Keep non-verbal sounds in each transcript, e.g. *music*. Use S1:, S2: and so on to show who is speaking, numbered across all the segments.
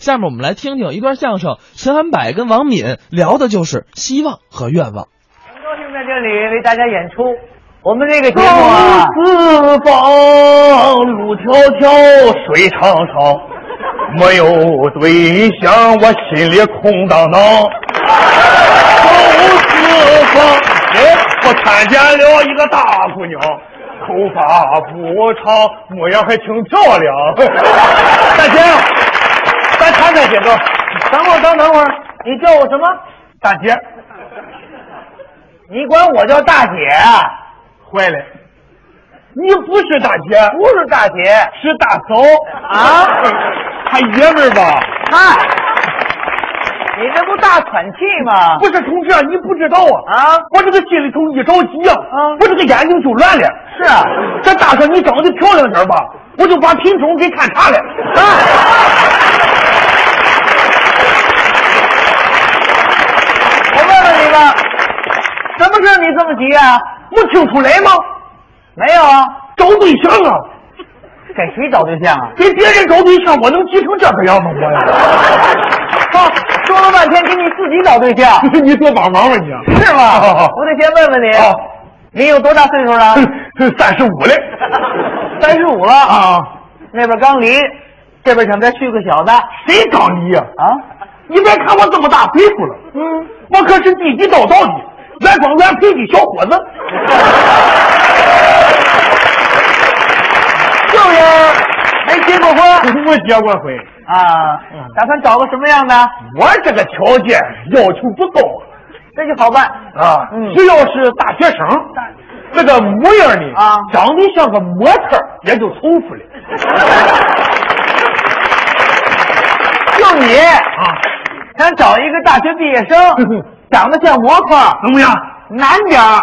S1: 下面我们来听听一段相声，陈涵柏跟王敏聊的就是希望和愿望。
S2: 很高兴在这里为大家演出。我们这个节目啊，
S3: 四方路迢迢，水长长，没有对象，我心里空荡荡。走四方，哎，我看见了一个大姑娘，头发不长，模样还挺漂亮。大姐，咱谈谈几个。
S2: 等会儿，等等会儿，你叫我什么？
S3: 大姐，
S2: 你管我叫大姐啊？
S3: 坏了，你不是大姐，
S2: 不是大姐，
S3: 是大嫂
S2: 啊
S3: 还爷们儿吧？
S2: 嗨，哎你这不大喘气吗？
S3: 不是同志啊，你不知道啊
S2: 啊
S3: 我这个心里头一着急啊，
S2: 啊
S3: 我这个眼睛就乱了。
S2: 是啊
S3: 这大嫂你长得漂亮点儿吧，我就把品种给看差了。啊，
S2: 我问问你吧，什么事儿你这么急啊？
S3: 我听出来吗？
S2: 没有啊，
S3: 找对象啊，
S2: 给谁找对象啊？
S3: 给别人找对象，我能急成这个样吗？
S2: *laughs*
S3: 我呀，
S2: 啊，说了半天给你自己找对象，
S3: *laughs* 你多帮忙吧你。
S2: 是
S3: *laughs*
S2: 吗？我得先问问你，
S3: 啊
S2: 你有多大岁数了？
S3: 三十五
S2: *laughs*
S3: 了，
S2: 三十五了
S3: 啊，
S2: 那边刚离，这边想再续个小的
S3: 谁刚离呀？
S2: 啊？
S3: 你别看我这么大岁数了，
S2: 嗯，
S3: 我可是地地道道的原装原配的小伙
S2: *laughs*
S3: 子。
S2: 就是没结过婚
S3: 我哎结过婚，
S2: 啊，
S3: 嗯
S2: 打算找个什么样的？
S3: 我这个条件要求不高
S2: 这就好办
S3: 啊，
S2: 嗯
S3: 只要是大学生，这个模样呢
S2: 啊
S3: 长得像个模特儿也就凑
S2: *laughs*
S3: 合了。嗯
S2: 就你啊，想找一个大学毕业
S3: *laughs*
S2: 生， *laughs* 长得像模特儿，
S3: 怎么样？
S2: 难点儿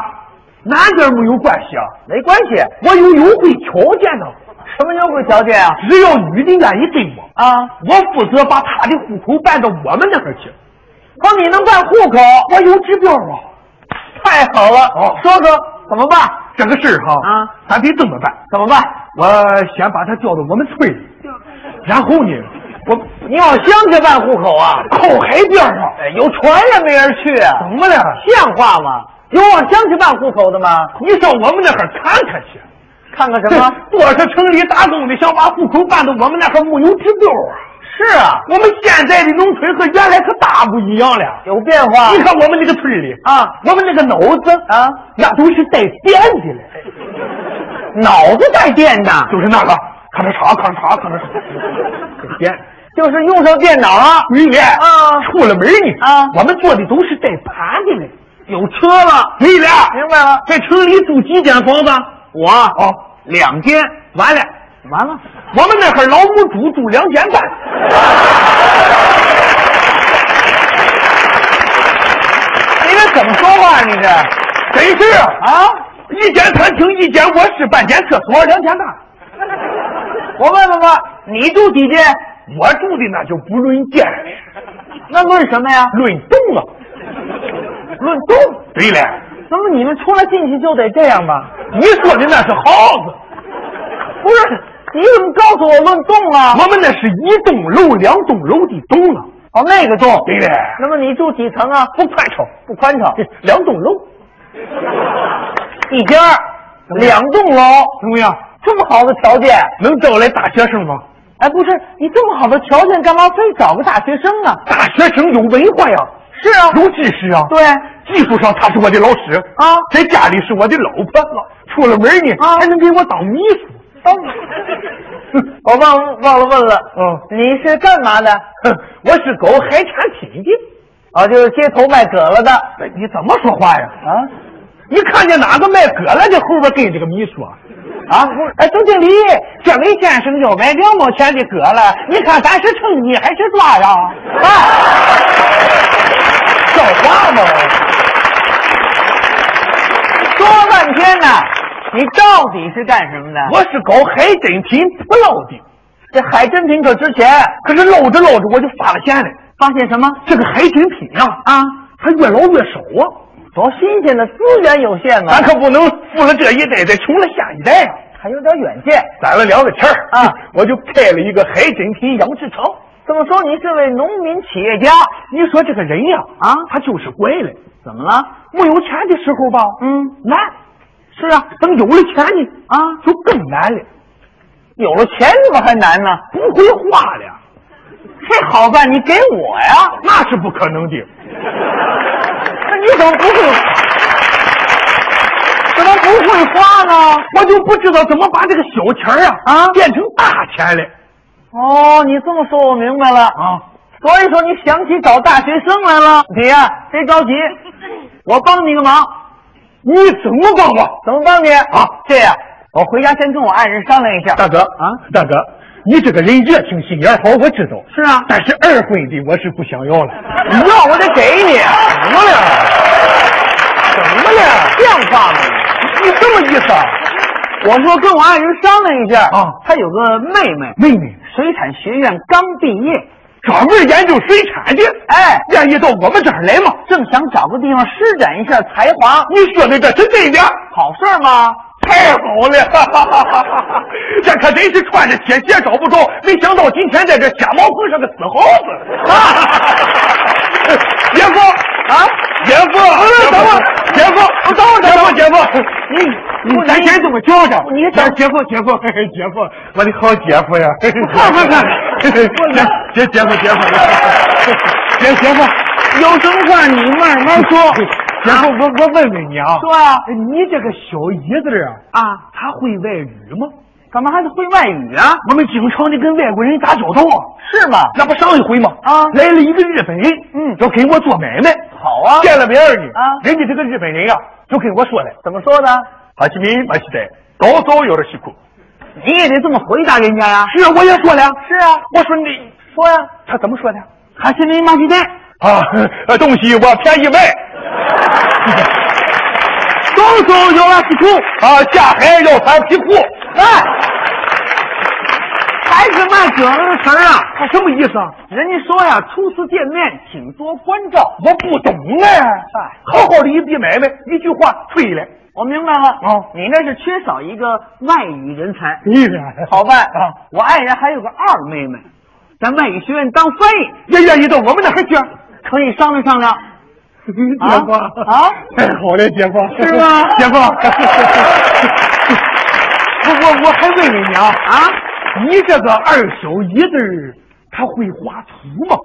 S3: 男点没有关系啊，
S2: 没关系。
S3: 我有优惠条件呢、
S2: 什么优惠条件啊？
S3: 只要女的愿意给我，
S2: 啊，
S3: 我负责把她的户口办到我们那儿去。
S2: 光你能办户口，
S3: 我有指标啊，
S2: 太好了。
S3: 哦
S2: 说说怎么办？
S3: 这个事儿哈，
S2: 啊
S3: 咱得这么办。
S2: 怎么办？
S3: 我先把她叫到我们村里，然后呢，我
S2: 你往乡下办户口啊？
S3: 靠海边儿上，
S2: 哎有船也没人去啊，
S3: 怎么了？
S2: 像话吗？有往乡下办户口的吗？
S3: 你上我们那儿看看去。
S2: 看看什
S3: 这
S2: 么？
S3: 多少城里打工的想把户口办到我们那儿没有指标啊！
S2: 是啊，
S3: 我们现在的农村和原来可大不一样了。
S2: 有变化
S3: 你看我们这个村里，
S2: 啊
S3: 我们那个脑子
S2: 啊，
S3: 那都是带电的
S2: *laughs*
S3: 了，
S2: 脑子带电的，
S3: 就是那个咔嚓嚓咔嚓嚓咔
S2: *laughs*
S3: 嚓嚓，带电。
S2: 就是用上电脑了，
S3: 对了，
S2: 啊
S3: 出了门呢，
S2: 啊
S3: 我们坐的都是带盘的了。
S2: 有车了，
S3: 对了，
S2: 明白了？
S3: 在城里住几间房子？
S2: 我啊
S3: 哦，
S2: 两间，
S3: 完了，
S2: 完了，
S3: 我们那会儿老母猪住两间半。
S2: *laughs* 你这怎么说话？啊你这
S3: 真是啊，
S2: 啊？
S3: 一间餐厅，一间卧室，半间厕所，两间大。
S2: *laughs* 我问问吧，你住几间？
S3: 我住的那就不论间了，
S2: *laughs* 那论什么呀？
S3: 论栋啊。
S2: 论栋。
S3: 对了，
S2: 怎么你们出来进去就得这样吧？
S3: 你说的那是耗子，
S2: 不是，你怎么告诉我论栋啊？
S3: 我们那是一栋楼、两栋楼的栋啊。
S2: 哦，那个栋。
S3: 对了，
S2: 那么你住几层啊？
S3: 不宽敞，
S2: 不宽敞，
S3: 两栋楼，
S2: 一间儿，两栋楼，
S3: 怎么样？
S2: 这么好的条件，
S3: 能招来大学生吗？
S2: 哎，不是，你这么好的条件，干嘛非找个大学生啊呢？
S3: 大学生有文化呀，
S2: 是啊，
S3: 有知识啊。
S2: 对
S3: 技术上他是我的老师
S2: 啊
S3: 在家里是我的老婆，出了门呢、
S2: 啊
S3: 还能给我当秘书。
S2: 哦， *laughs* 我忘忘了问了，
S3: 嗯
S2: 你是干嘛的？
S3: 哼， *laughs* 我是搞海产品的。
S2: 啊，就是街头卖葛了的
S3: 哎你怎么说话呀？
S2: 啊
S3: 你看见哪个卖蛤蜊的后边跟着个秘书啊？
S2: 啊！不是哎，总经理，这位先生要买两毛钱的葛了，你看咱是称你还是抓呀？
S3: *laughs*
S2: 啊，
S3: 像话吗？
S2: 说了半天呢，你到底是干什么的？
S3: 我是搞海珍品捕捞的，
S2: 这海珍品可值钱，
S3: 可是捞着捞着我就发了现了，
S2: 发现什么
S3: 这个海珍品啊，
S2: 啊？
S3: 它越捞越少啊。
S2: 多新鲜的资源有限嘛
S3: 咱，可不能富了这一代再穷了下一代啊！
S2: 还有点远见，
S3: 攒了两个钱儿
S2: 啊，
S3: 我就开了一个海珍品养殖场。
S2: 这么说您是位农民企业家？
S3: 你说这个人呀，
S2: 啊
S3: 他就是怪了。
S2: 怎么了？
S3: 没有钱的时候吧，
S2: 嗯
S3: 难；
S2: 是啊，
S3: 等有了钱呢，
S2: 啊，
S3: 就更难了，
S2: 有了钱怎么还难呢？
S3: 不会花了，
S2: 这好办，你给我呀。
S3: 那是不可能的。
S2: 那你怎么不会？怎么不会花呢？
S3: 我就不知道怎么把这个小钱儿啊
S2: 啊
S3: 变成大钱来
S2: 哦，你这么说我明白了。
S3: 啊！
S2: 所以说你想起找大学生来了。你呀、别着急，我帮你个忙。
S3: 你怎么帮我？
S2: 怎么帮你？啊，这样，我回家先跟我爱人商量一下。
S3: 哦大哥
S2: 啊，
S3: 大哥，你这个人越听心眼儿好，我知道。
S2: 是啊
S3: 但是二婚的我是不想要了。
S2: 你要我得给你，啊
S3: 怎么了？怎么了？
S2: 像话吗
S3: 你这么意思啊？
S2: 你？我说跟我爱人商量一下
S3: 啊
S2: 她有个妹妹，
S3: 妹妹，
S2: 水产学院刚毕业，
S3: 专门研究水产的，
S2: 哎
S3: 愿意到我们这儿来吗？
S2: 正想找个地方施展一下才华，
S3: 你说的这是真的？
S2: 好事儿吗？
S3: 太好了， *laughs* 这可真是穿着铁鞋找不着，没想到今天在这瞎猫碰上个死耗 *laughs* 子。姐夫啊，姐夫，
S2: 等会儿
S3: 姐夫，我啊等会儿，姐夫，姐夫，
S2: 你
S3: 咱先这么叫着，
S2: 你等
S3: 姐夫，姐夫，姐夫，我的好姐夫呀！
S2: 看
S3: *laughs*
S2: 看看
S3: 姐姐姐夫，姐 *laughs* 夫，姐姐 *laughs* 夫，
S2: 有什么话你慢慢说。
S3: 嗯
S2: 啊
S3: 姐夫，我我问问你啊，
S2: 说呀、
S3: 你这个小姨子啊，
S2: 啊，
S3: 她会外语吗？
S2: 怎么还得会外语啊？
S3: 我们经常的跟外国人打交道啊。
S2: 是吗？
S3: 那不上一回吗？
S2: 啊
S3: 来了一个日本人，
S2: 嗯
S3: 要跟我做买卖，
S2: 好啊
S3: 见了面儿呢，
S2: 啊
S3: 人家这个日本人呀、就跟我说了，
S2: 怎么说的？
S3: 哈西米马西代，高高有的西苦。
S2: 你也得这么回答人家呀、
S3: 是啊，我也说了，
S2: 是啊，
S3: 我说你，
S2: 说呀、
S3: 他怎么说的？
S2: 还是没马西代。
S3: 啊，呃东西我便宜卖，
S2: 高手有拉西库，
S3: 啊，下海要穿皮裤。
S2: 哎，还是卖褶子的词儿啊！
S3: 他什么意思啊？
S2: 人家说呀，初次见面请多关照。
S3: 我不懂哎、
S2: 哎
S3: 好好的一笔买卖，一句话吹了。
S2: 我明白了，
S3: 哦
S2: 你那是缺少一个外语人才。
S3: 你呢？
S2: 好办
S3: 啊，
S2: 我爱人还有个二妹妹，在外语学院当翻译，
S3: 也愿意到我们那儿去。
S2: 可以商量商量。
S3: 姐夫
S2: 啊
S3: 太 *laughs* 好了，姐夫
S2: 是吗
S3: *laughs* 姐
S2: *laughs*
S3: 夫，我我我还问问你啊
S2: 啊，
S3: 你这个二小姨子儿，她会画图吗？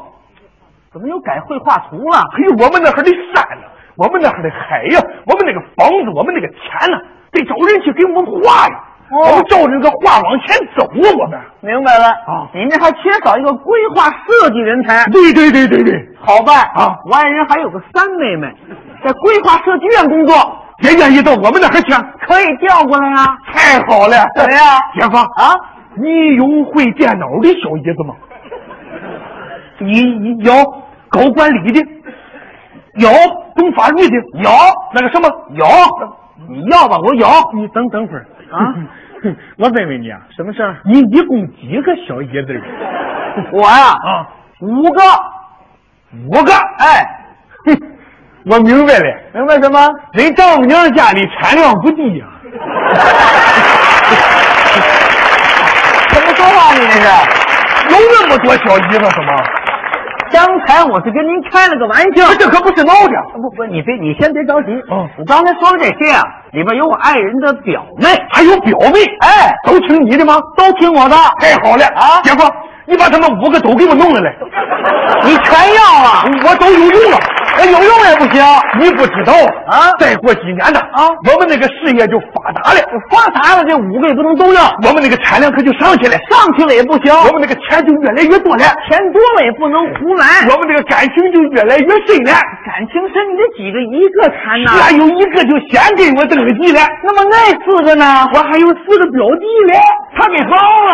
S2: 怎么又改绘画图了？
S3: 嘿，我们那哈儿的山呢、我们那哈儿的海呀、我们那个房子，我们那个钱呢、得找人去给我们画呀、
S2: 哦
S3: 我们照着那个画往前走啊，我们。
S2: 明白了
S3: 啊
S2: 您这还缺少一个规划设计人才。
S3: 对对对对对，
S2: 好办
S3: 啊
S2: 我爱人还有个三妹妹，在规划设计院工作，
S3: 也愿意到我们那儿去。
S2: 可以调过来啊。
S3: 太好了，
S2: 怎么样
S3: 姐夫
S2: 啊，
S3: 你有会电脑的小姨子吗？你有搞管理的，有懂法律的，有那个什么有，
S2: 你要吧，我有。
S3: 你等等会儿
S2: 啊！
S3: *laughs* 我问问你啊，
S2: 什么事儿？
S3: 你一共几个小姨子儿？
S2: 我呀、
S3: 啊，
S2: 五个。
S3: 五个。
S2: 哎，
S3: 哼，我明白了，
S2: 明白什么？
S3: 人丈母娘家里产量不低呀、
S2: *laughs* 怎么说话呢？这是？
S3: 有那么多小姨子什么？
S2: 刚才我是跟您开了个玩笑。
S3: 哎
S2: 啊
S3: 这可不是闹的。
S2: 不不，你别，你先别着急。
S3: 嗯
S2: 我刚才说的这些啊，里边有我爱人的表妹，
S3: 还有表妹，
S2: 哎
S3: 都听你的吗？
S2: 都听我的。
S3: 太好了
S2: 啊
S3: 姐夫，你把他们五个都给我弄了来，嗯
S2: 你全要了，
S3: 我都有用了。
S2: 哎，有用也不行。
S3: 你不知道
S2: 啊
S3: 再过几年呢
S2: 啊
S3: 我们那个事业就发达了，
S2: 发达了，这五个也不能都要，
S3: 我们那个产量可就上去了，
S2: 上去了也不行。
S3: 我们那个钱就越来越多了，
S2: 钱多了也不能胡来。
S3: 我们这个感情就越来越深了。
S2: 感情深，你这几个一个谈呐、
S3: 那有一个就先给我登记了，
S2: 那么那四个呢？
S3: 我还有四个表弟嘞，他给忘了。